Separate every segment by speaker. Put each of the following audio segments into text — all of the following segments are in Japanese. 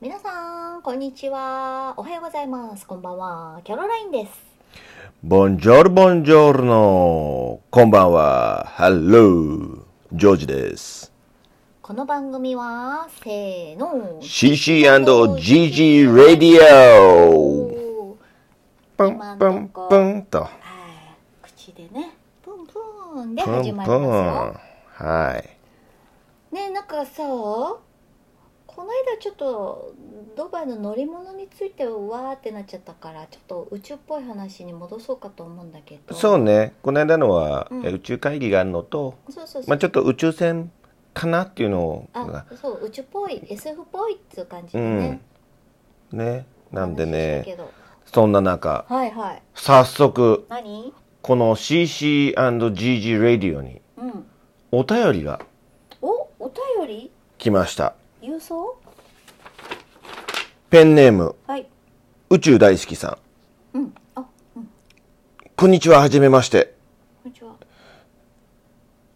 Speaker 1: 皆さんこんにちはおはようございますこんばんはキャロラインです
Speaker 2: ボンジョルボンジョルノこんばんはハロージョージです
Speaker 1: この番組はせーの
Speaker 2: CC&GG ラディオパ
Speaker 1: 今
Speaker 2: ン
Speaker 1: ん
Speaker 2: パ
Speaker 1: と
Speaker 2: ン
Speaker 1: こ
Speaker 2: パンと
Speaker 1: はい口でねプンプンで
Speaker 2: パ
Speaker 1: 始
Speaker 2: ン
Speaker 1: まり
Speaker 2: パ
Speaker 1: ま
Speaker 2: ンは
Speaker 1: す
Speaker 2: い
Speaker 1: よねえなんかさこの間ちょっとドバイの乗り物についてうわーってなっちゃったからちょっと宇宙っぽい話に戻そうかと思うんだけど
Speaker 2: そうねこの間のは、
Speaker 1: うん
Speaker 2: え宇宙会議があるのと、
Speaker 1: そうそうそう、
Speaker 2: まあ、ちょっと宇宙船かなっていうの
Speaker 1: あ
Speaker 2: が
Speaker 1: そう宇宙っぽい SF っぽいっていう感じでね、
Speaker 2: ねなんで
Speaker 1: 話した
Speaker 2: ね
Speaker 1: けど
Speaker 2: そんな中
Speaker 1: はいはい
Speaker 2: 早速
Speaker 1: 何
Speaker 2: この CC&GG ラディオに
Speaker 1: うん
Speaker 2: お便りが
Speaker 1: おお便り
Speaker 2: 来ました
Speaker 1: 郵送
Speaker 2: ペンネーム
Speaker 1: はい
Speaker 2: 宇宙大好きさん
Speaker 1: うんあうんこ
Speaker 2: こんにちははじめまして
Speaker 1: んにちは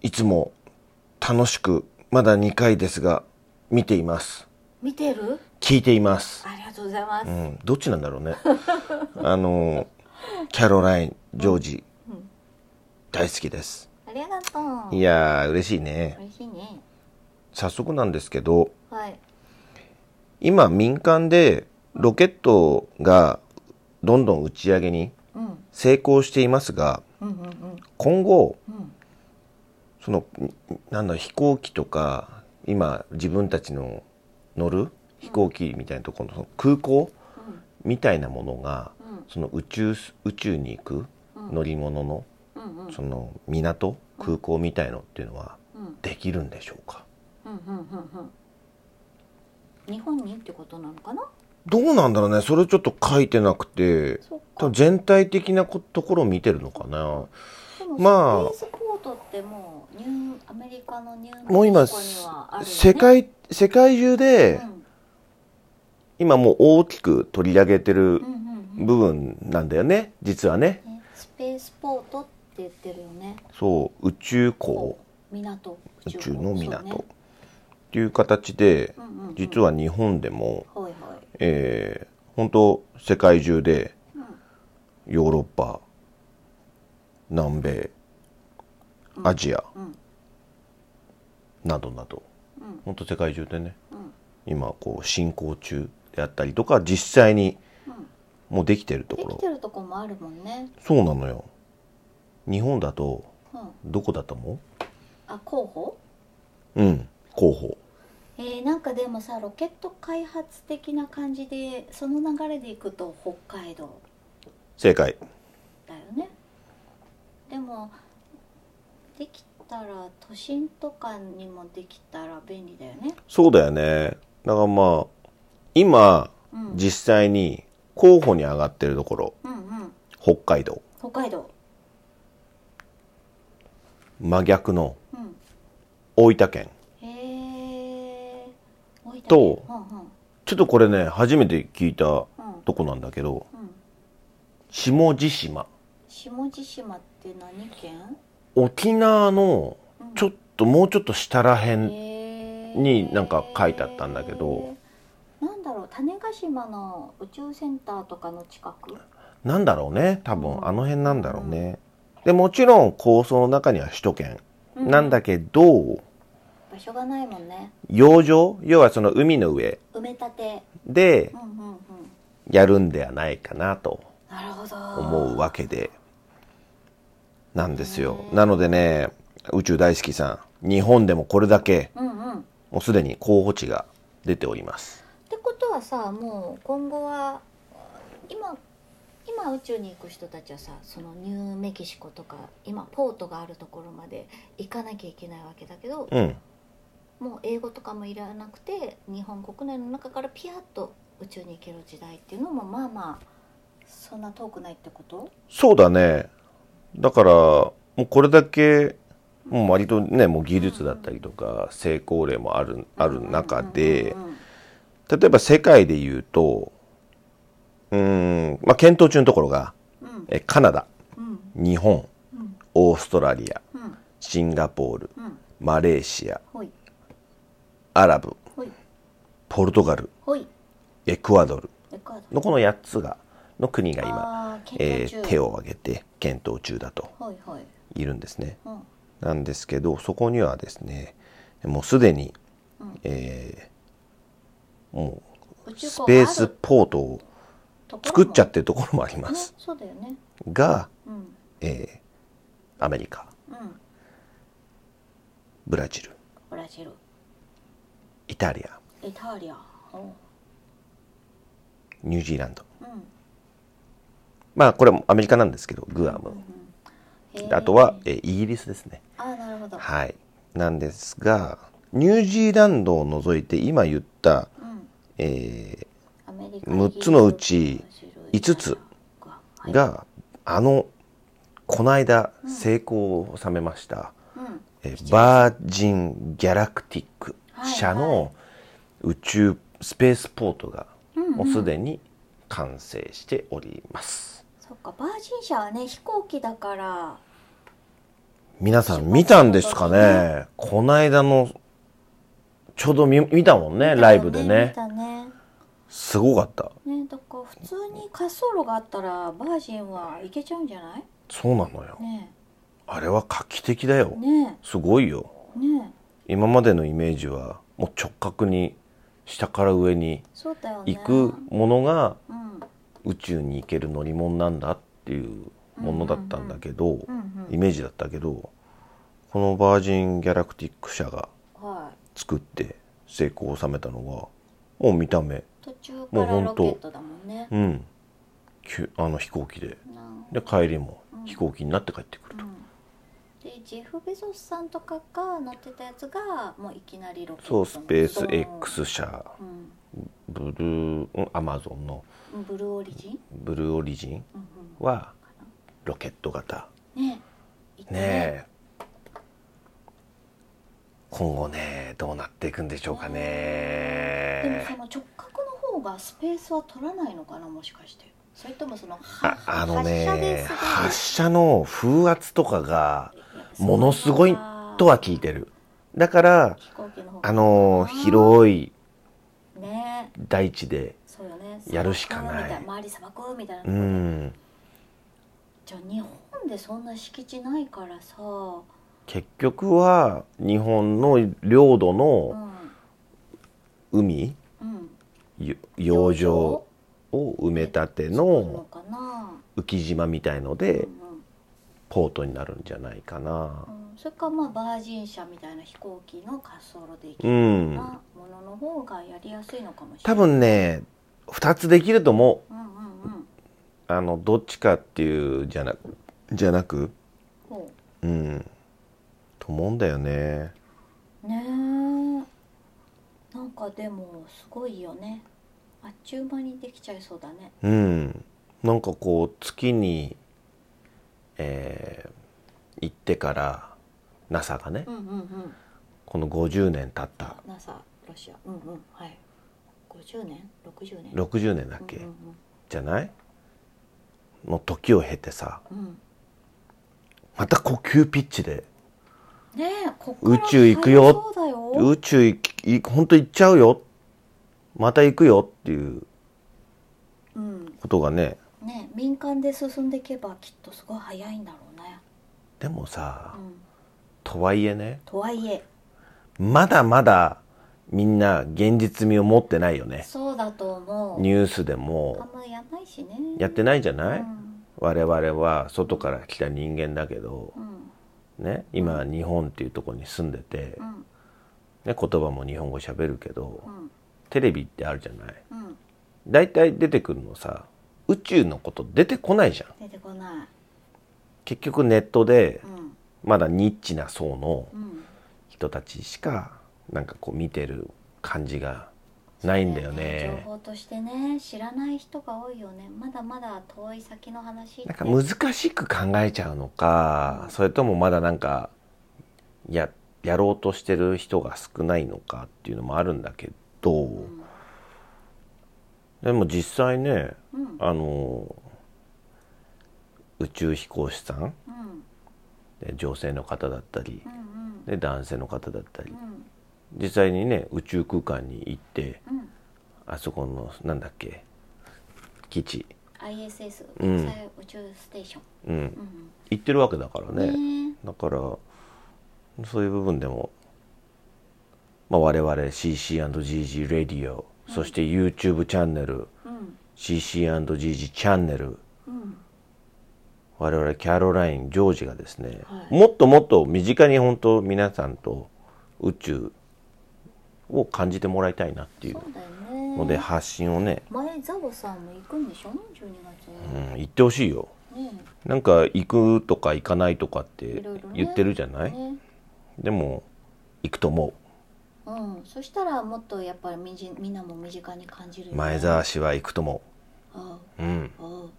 Speaker 1: い
Speaker 2: つも楽しくまだ2回ですが見ています
Speaker 1: 見てる
Speaker 2: 聞いています
Speaker 1: ありがとうございます、
Speaker 2: うんどっちなんだろうねあのキャロラインジョージ、大好きです
Speaker 1: ありがとう
Speaker 2: いやー嬉しいね
Speaker 1: 嬉しいね
Speaker 2: 早速なんですけど
Speaker 1: はい
Speaker 2: 今民間でロケットがどんどん打ち上げに
Speaker 1: うん
Speaker 2: 成功していますが
Speaker 1: うんうんうん
Speaker 2: 今後
Speaker 1: うん
Speaker 2: そのんなんだ飛行機とか今自分たちの乗る飛行機みたいなところのその空港みたいなものが
Speaker 1: うん
Speaker 2: その宇宙す宇宙に行く乗り物の
Speaker 1: うんうん
Speaker 2: その港空港みたいのっていうのは
Speaker 1: うん
Speaker 2: できるんでしょうか
Speaker 1: うんうんうんうん日本にってことなのかな
Speaker 2: どうなんだろうねそれちょっと書いてなくて
Speaker 1: そっ
Speaker 2: 多
Speaker 1: か
Speaker 2: 分全体的なこところを見てるのかな
Speaker 1: でも
Speaker 2: まあ
Speaker 1: スペースポートってもうニューアメリカのニューメキシ
Speaker 2: もう今
Speaker 1: コにはあるよね
Speaker 2: 世界世界中で
Speaker 1: うん
Speaker 2: 今もう大きく取り上げてる
Speaker 1: うんうんうん
Speaker 2: 部分なんだよね実はね
Speaker 1: ねスペースポートって言ってるよね
Speaker 2: そう宇宙港
Speaker 1: 港
Speaker 2: 宇宙の港、
Speaker 1: そうね
Speaker 2: っていう形で
Speaker 1: うんうんうん
Speaker 2: 実は日本でも、
Speaker 1: はいはい
Speaker 2: えー、本当世界中でヨーロッパ南米アジア
Speaker 1: うん
Speaker 2: などなど
Speaker 1: うん
Speaker 2: 本当世界中でね
Speaker 1: うん
Speaker 2: 今こう進行中であったりとか実際に
Speaker 1: うん
Speaker 2: もうできてると
Speaker 1: で
Speaker 2: こ
Speaker 1: き
Speaker 2: ろ
Speaker 1: てるとこもあるもんね
Speaker 2: そうなのよ日本だと
Speaker 1: うん
Speaker 2: どこだと思
Speaker 1: あ候補
Speaker 2: ううん候補
Speaker 1: えー、なんかでもさロケット開発的な感じでその流れでいくと北海道
Speaker 2: 正解
Speaker 1: だよねでもできたら都心とかにもできたら便利だよね
Speaker 2: そうだよねだからまあ今
Speaker 1: うんうん
Speaker 2: 実際に候補に上がってるところ
Speaker 1: うん
Speaker 2: 北海道
Speaker 1: 北海道
Speaker 2: 真逆の
Speaker 1: うん
Speaker 2: 大分県
Speaker 1: へえ大分ね
Speaker 2: と
Speaker 1: うんうん
Speaker 2: ちょっとこれね初めて聞いた
Speaker 1: うん
Speaker 2: とこなんだけど
Speaker 1: うん
Speaker 2: 下地島
Speaker 1: 下地島って何県
Speaker 2: 沖縄のちょっともうちょっと下らへん
Speaker 1: に
Speaker 2: になんか書いてあったんだけど
Speaker 1: なんだろう種子島の宇宙センターとかの近く
Speaker 2: なんだろうね多
Speaker 1: うん
Speaker 2: 分あの辺なんだろうねでもちろん構想の中には首都圏なんだ
Speaker 1: け
Speaker 2: けど
Speaker 1: 場所がないもんね
Speaker 2: 洋上要はその海の上
Speaker 1: 埋め立て
Speaker 2: で
Speaker 1: うんうんうん
Speaker 2: やるんではないかなと
Speaker 1: なるほど
Speaker 2: 思うわけでなんですよ
Speaker 1: うん
Speaker 2: なのでね宇宙大好きさん日本でもこれだけ
Speaker 1: うんうんっ
Speaker 2: もうすでに候補地が出ております
Speaker 1: てことはさもう今後は今今宇宙に行く人たちはさそのニューメキシコとか今ポートがあるところまで行かなきゃいけないわけだけど
Speaker 2: うん
Speaker 1: もう英語とかもいらなくて日本国内の中からピヤッと宇宙に行ける時代っていうのもまあまあそんな遠くないってこと
Speaker 2: そうだねだからもうこれだけもう割とねもう技術だったりとか成功例もあるある中で
Speaker 1: うんうんうんうん
Speaker 2: 例えば世界で言うとうーんまあ検討中のところが
Speaker 1: うん
Speaker 2: えカナダ
Speaker 1: うん
Speaker 2: 日本
Speaker 1: うん
Speaker 2: オーストラリア
Speaker 1: うん
Speaker 2: シンガポール
Speaker 1: うん
Speaker 2: マレーシア
Speaker 1: ほい
Speaker 2: アラブ
Speaker 1: ほい
Speaker 2: ポルトガル
Speaker 1: ほい
Speaker 2: エクアドル
Speaker 1: エクアドル
Speaker 2: のこの8つがの国が今、
Speaker 1: あー
Speaker 2: え
Speaker 1: 検
Speaker 2: ー
Speaker 1: 討中
Speaker 2: 手を挙げて検討中だと
Speaker 1: はいはい
Speaker 2: いるんですね。
Speaker 1: うん
Speaker 2: なんですけどそこにはですねもうすでに、
Speaker 1: うん
Speaker 2: えーも
Speaker 1: 宇
Speaker 2: う
Speaker 1: 宙
Speaker 2: ス
Speaker 1: 港があ
Speaker 2: ペ
Speaker 1: る
Speaker 2: ースポートを
Speaker 1: ところも
Speaker 2: 作っちゃってるところもありま
Speaker 1: ね
Speaker 2: す
Speaker 1: そうだよね
Speaker 2: が、
Speaker 1: うん
Speaker 2: えーアメリカ
Speaker 1: うん
Speaker 2: ブラジル
Speaker 1: ブラジル
Speaker 2: イタリア
Speaker 1: イタリアお
Speaker 2: ニュージーランド
Speaker 1: うん
Speaker 2: まあこれもアメリカなんですけどグアム、
Speaker 1: へー
Speaker 2: あとは、えーイギリスですね
Speaker 1: あーなるほど
Speaker 2: はいなんですがニュージーランドを除いて今言った、
Speaker 1: うん
Speaker 2: え
Speaker 1: アメリカ
Speaker 2: 6つのう
Speaker 1: イ
Speaker 2: ち
Speaker 1: ギリス
Speaker 2: 5つ
Speaker 1: ブラジ
Speaker 2: ー
Speaker 1: ル
Speaker 2: が、あのこの間成功を収めました、
Speaker 1: うん
Speaker 2: えーバージン・ギャラクティック
Speaker 1: はい
Speaker 2: 社
Speaker 1: は
Speaker 2: の宇宙スペースポートが
Speaker 1: うんうん
Speaker 2: もうすでに完成しております、
Speaker 1: そっかバージン社はね飛行機だから
Speaker 2: 皆さん見たんですかねこないだのちょうど見見たもんねライブで
Speaker 1: 見
Speaker 2: ね
Speaker 1: たね
Speaker 2: すごかった
Speaker 1: ねだから普通に滑走路があったらバージンは行けちゃうんじゃない
Speaker 2: そうなのよ
Speaker 1: ね
Speaker 2: あれは画期的だよ
Speaker 1: えね
Speaker 2: すごいよ
Speaker 1: えねえ
Speaker 2: 今までのイメージはもう直角に下から上に
Speaker 1: そうだよね
Speaker 2: 行くものが、
Speaker 1: うん
Speaker 2: 宇宙に行ける乗り物なんだっていうものだったんだけど、
Speaker 1: うんう
Speaker 2: イ
Speaker 1: ん
Speaker 2: メージだったけどこのバージン・ギャラクティック社が
Speaker 1: はい
Speaker 2: 作って成功を収めたのがもう見た目
Speaker 1: 途中か
Speaker 2: もう
Speaker 1: ら
Speaker 2: ほ
Speaker 1: ロ
Speaker 2: んと
Speaker 1: ケットだもんね
Speaker 2: うんきゅあの飛行機で
Speaker 1: なん
Speaker 2: で帰りも
Speaker 1: うん
Speaker 2: 飛行機になって帰ってくる
Speaker 1: う
Speaker 2: と、
Speaker 1: んでジェフ・ベゾスさんとかが乗ってたやつがもういきなりロケット
Speaker 2: そうスペース
Speaker 1: の
Speaker 2: X 社
Speaker 1: うん
Speaker 2: ブルーうんアマゾンの
Speaker 1: うんブルーオリジン、
Speaker 2: ブルーオリジン
Speaker 1: うん
Speaker 2: はロケット型
Speaker 1: うん、ねえ行った
Speaker 2: ねえ今後ねどうなっていくんでしょうかね
Speaker 1: でもその直角の方がスペースは取らないのかなもしかしてそれともそのは
Speaker 2: ああの
Speaker 1: 発射で
Speaker 2: ね
Speaker 1: すごい
Speaker 2: 発射の風圧とかが
Speaker 1: やっぱ
Speaker 2: ものすごいとは聞いてるだから
Speaker 1: 飛行機の方が
Speaker 2: あの広い
Speaker 1: ねえ
Speaker 2: 大地で
Speaker 1: そうよね
Speaker 2: やるしかない
Speaker 1: 砂漠みた周り砂漠みたいなとこ
Speaker 2: う
Speaker 1: で
Speaker 2: ん
Speaker 1: じゃあ日本でそんな敷地ないからさ、う
Speaker 2: 結局は日本の領土の
Speaker 1: ん
Speaker 2: 海
Speaker 1: うん、
Speaker 2: よ洋上を埋め立て
Speaker 1: そうなの
Speaker 2: の
Speaker 1: かな、
Speaker 2: 浮島みたいの
Speaker 1: うんう
Speaker 2: で
Speaker 1: ん
Speaker 2: ポートになるんじゃないかな
Speaker 1: うん、それかまあバージン社みたいな飛行機の滑走路で行けるよう
Speaker 2: う
Speaker 1: んなものの方がやりやすいのかもしれ
Speaker 2: 多
Speaker 1: ない、
Speaker 2: 分ね2つできると思う
Speaker 1: うんうんうん
Speaker 2: あのどっちかっていうじゃなじゃなく
Speaker 1: ほ
Speaker 2: うんと思うんだよね
Speaker 1: うねえなんかでもすごいよねあっちゅう間にできちゃいそうだね
Speaker 2: うんなんかこう月にえー行ってから NASA がね
Speaker 1: うんうんうん
Speaker 2: この50年経った
Speaker 1: NASA ロシアうんうんはい50年60年
Speaker 2: 60年だっけ
Speaker 1: うん
Speaker 2: じゃないの時を経てさ
Speaker 1: うんうん、
Speaker 2: またこう急ピッチで
Speaker 1: うんねえこっから
Speaker 2: 宇宙行くよ
Speaker 1: そうだよ
Speaker 2: 宇宙行きい本当行っちゃうよまた行くよっていう
Speaker 1: うん
Speaker 2: ことがね
Speaker 1: ねえ民間で進んでいけばきっとすごい早いんだろうね
Speaker 2: でもさ
Speaker 1: うん
Speaker 2: とはいえね
Speaker 1: とはいえ
Speaker 2: まだまだみんな現実味を持ってないよね
Speaker 1: そうだと思う
Speaker 2: ニュースで
Speaker 1: あん
Speaker 2: も
Speaker 1: まやんないしね
Speaker 2: やってないじゃない、
Speaker 1: うん
Speaker 2: 我々は外から来た人間だけど
Speaker 1: う、ん
Speaker 2: ね、今日本っていうところに住んでて
Speaker 1: う、ん
Speaker 2: ね、言葉も日本語喋るけど
Speaker 1: うん
Speaker 2: テレビってあるじゃない
Speaker 1: うん
Speaker 2: 大体出てくるのさ宇宙のこと出てこないじゃん
Speaker 1: 出てこな
Speaker 2: 結局ネットで
Speaker 1: いうん
Speaker 2: まだニッチな層の
Speaker 1: うん
Speaker 2: 人たちしかなんかこう見てる感じがないんだよ
Speaker 1: そうだよね
Speaker 2: ね
Speaker 1: 情報としてね知らない人が多いよねまだまだ遠い先の話って
Speaker 2: なんか難しく考えちゃうのかそれともまだなんかややろうとしてる人が少ないのかっていうのもあるんだけど
Speaker 1: うん
Speaker 2: でも実際ね
Speaker 1: うん
Speaker 2: あの宇宙飛行士さん
Speaker 1: うん
Speaker 2: で女性の方だったり
Speaker 1: うんうん
Speaker 2: で男性の方だったり
Speaker 1: うん
Speaker 2: 実際にね宇宙空間に行って
Speaker 1: うん
Speaker 2: ああそこのなんだっけ基地、
Speaker 1: ISS
Speaker 2: う
Speaker 1: 国
Speaker 2: ん
Speaker 1: 際宇宙ステーション、
Speaker 2: うん
Speaker 1: うん
Speaker 2: 行ってるわけだからね、
Speaker 1: ね
Speaker 2: だからそういう部分でも、まあ、我々 CC&GG レディオそして YouTube チャンネル
Speaker 1: えうん
Speaker 2: CC&GG チャンネル
Speaker 1: うん
Speaker 2: 我々キャロラインジョージがですね、
Speaker 1: はい
Speaker 2: もっともっと身近に本当皆さんと宇宙を感じてもらいたいなっていう
Speaker 1: そうだよ
Speaker 2: の
Speaker 1: ね
Speaker 2: で発信をね、
Speaker 1: 前ザボさんも行くんでしょ12月
Speaker 2: う
Speaker 1: に、
Speaker 2: ん、言ってほしいよ
Speaker 1: ね
Speaker 2: なんか行くとか行かないとかっ
Speaker 1: い
Speaker 2: て
Speaker 1: ろいろね
Speaker 2: 言ってるじゃ
Speaker 1: え
Speaker 2: ない
Speaker 1: ね
Speaker 2: でも行くと思
Speaker 1: うんそしたらもっとやっぱりみじみんなも身近に感じるよ
Speaker 2: う
Speaker 1: ね
Speaker 2: 前澤氏は行くと思
Speaker 1: あ
Speaker 2: う、うん、
Speaker 1: ああ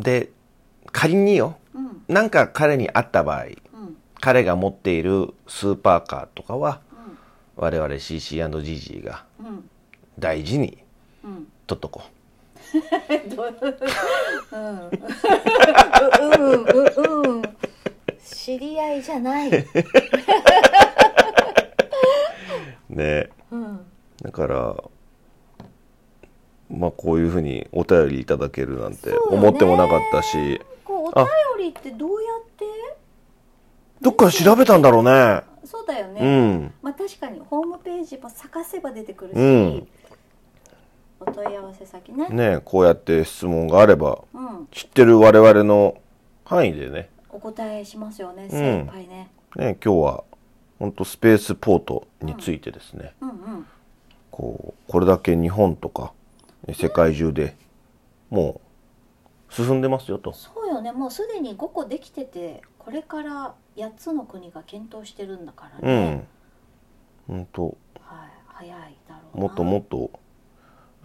Speaker 2: で仮によ
Speaker 1: あうん
Speaker 2: なんか彼に会った場合
Speaker 1: うん
Speaker 2: 彼が持っているスーパーカーとかは
Speaker 1: うん
Speaker 2: 我々 CC&GG が
Speaker 1: うん
Speaker 2: 大事に
Speaker 1: うん
Speaker 2: 取っとこう
Speaker 1: どううんうんうんうん知り合いじゃない、
Speaker 2: ね
Speaker 1: うん、
Speaker 2: だからまあこういうふうにお便りいただけるなんて思ってもなかったし、
Speaker 1: こうお便りってどうやって
Speaker 2: どっから調べたんだろうね
Speaker 1: そうだよね、
Speaker 2: うん
Speaker 1: まあ確かにホームページも探せば出てくるし、
Speaker 2: うん
Speaker 1: お問い合わせ先ね
Speaker 2: ねこうやって質問があれば
Speaker 1: うん、
Speaker 2: 知ってる我々の範囲でね
Speaker 1: お答えしますよね精一杯ね、
Speaker 2: ね今日は本当スペースポートについてですね、
Speaker 1: うん、うん
Speaker 2: こうこれだけ日本とか世界中でもう進んでますよと
Speaker 1: そうよねもうすでに5個できててこれから8つの国が検討してるんだから
Speaker 2: う
Speaker 1: ね、
Speaker 2: ん本当
Speaker 1: はい、早いだろうな
Speaker 2: もっともっと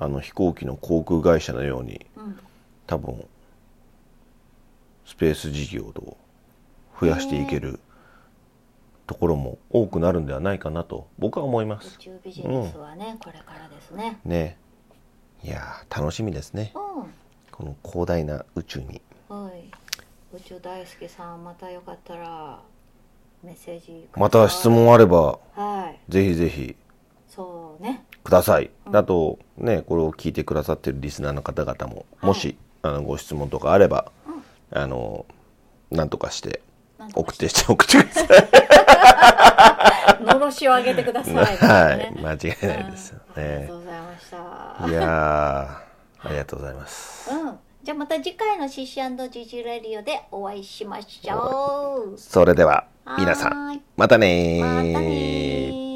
Speaker 2: あの飛行機の航空会社のように
Speaker 1: うん
Speaker 2: 多分スペース事業を増やしていけるところも多くなるんではないかなと僕は思いま
Speaker 1: 宇
Speaker 2: す
Speaker 1: 宙ビジネスはね、これからですね
Speaker 2: ねいやー楽しみですね
Speaker 1: う
Speaker 2: この広大な宇宙に
Speaker 1: んはい宇宙大好きさんまたよかったらメッセージください
Speaker 2: また質問あれば
Speaker 1: はい
Speaker 2: ぜひぜひ
Speaker 1: そうね
Speaker 2: ください、
Speaker 1: うん
Speaker 2: あとねこれを聞いてくださってるリスナーの方々も
Speaker 1: はい
Speaker 2: もし、あのご質問とかあれば、あのなんとかして
Speaker 1: なんとか
Speaker 2: 送っ
Speaker 1: して
Speaker 2: てして送ってくだ さい
Speaker 1: のろしを上げてください、
Speaker 2: はい、
Speaker 1: ね
Speaker 2: 間違いないですよ
Speaker 1: うんありが
Speaker 2: ね
Speaker 1: と。うございました
Speaker 2: いやー、ありがとうございます。
Speaker 1: うんじゃあまた次回の CC&GG レディオでお会いしましょう
Speaker 2: それでは、皆さん、
Speaker 1: はーい
Speaker 2: またねー
Speaker 1: またねー